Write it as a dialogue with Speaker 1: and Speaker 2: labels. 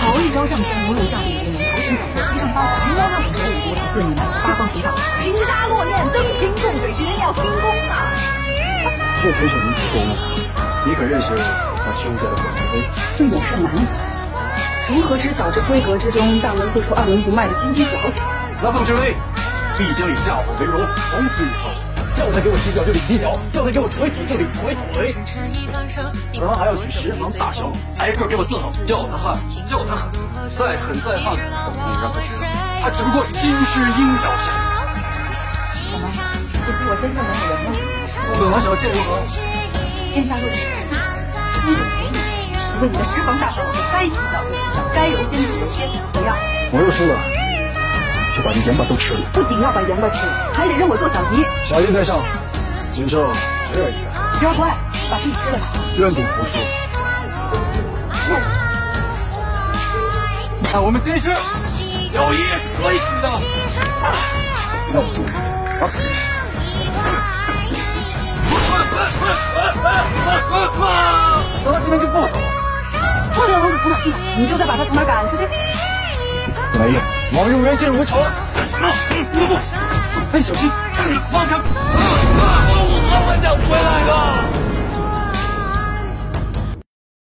Speaker 1: 天母乳下地无名，头身绞破，七上八下，群妖绕岭，五毒打四女难，八方提道，群沙落雁，登平洞，绝妙轻功啊！
Speaker 2: 后腿手能出国吗？你可认识那邱家的管仲威？
Speaker 1: 这也是难解。如何知晓这规格之中，大文会出二文不卖的心机小巧？
Speaker 2: 那凤之威必将以嫁祸为荣，从此以后，叫他给我踢脚就得踢脚，叫他给我捶腿就得捶腿。
Speaker 3: 我
Speaker 2: 我们还要举十房大手，挨个给我伺候，叫他汉，叫他狠，再狠再悍，都没让他知道，他只不过是金狮鹰爪下。
Speaker 1: 怎么，这次我真相没有人吗？
Speaker 2: 本王小妾如何？
Speaker 1: 天下若是人，君就随你去。为你的十房大手，我该洗脚就洗脚，该揉肩就揉肩，不要
Speaker 2: 我若输了，就把你两把都吃了。
Speaker 1: 不仅要把盐巴吃了，还得让我做小姨。
Speaker 2: 小爷在上，谨受这一拜，
Speaker 1: 妖怪，把自己吃了吧。
Speaker 2: 愿赌服输。那哎我们今世，小爷是可以娶的。要不住，打死你！等他今天就不走。
Speaker 1: 快点，我从哪进来？你就再把他从哪赶出去。
Speaker 2: 来爷，王永元进入无啊常了。什么？哎，小心！放开！我我们得回来的。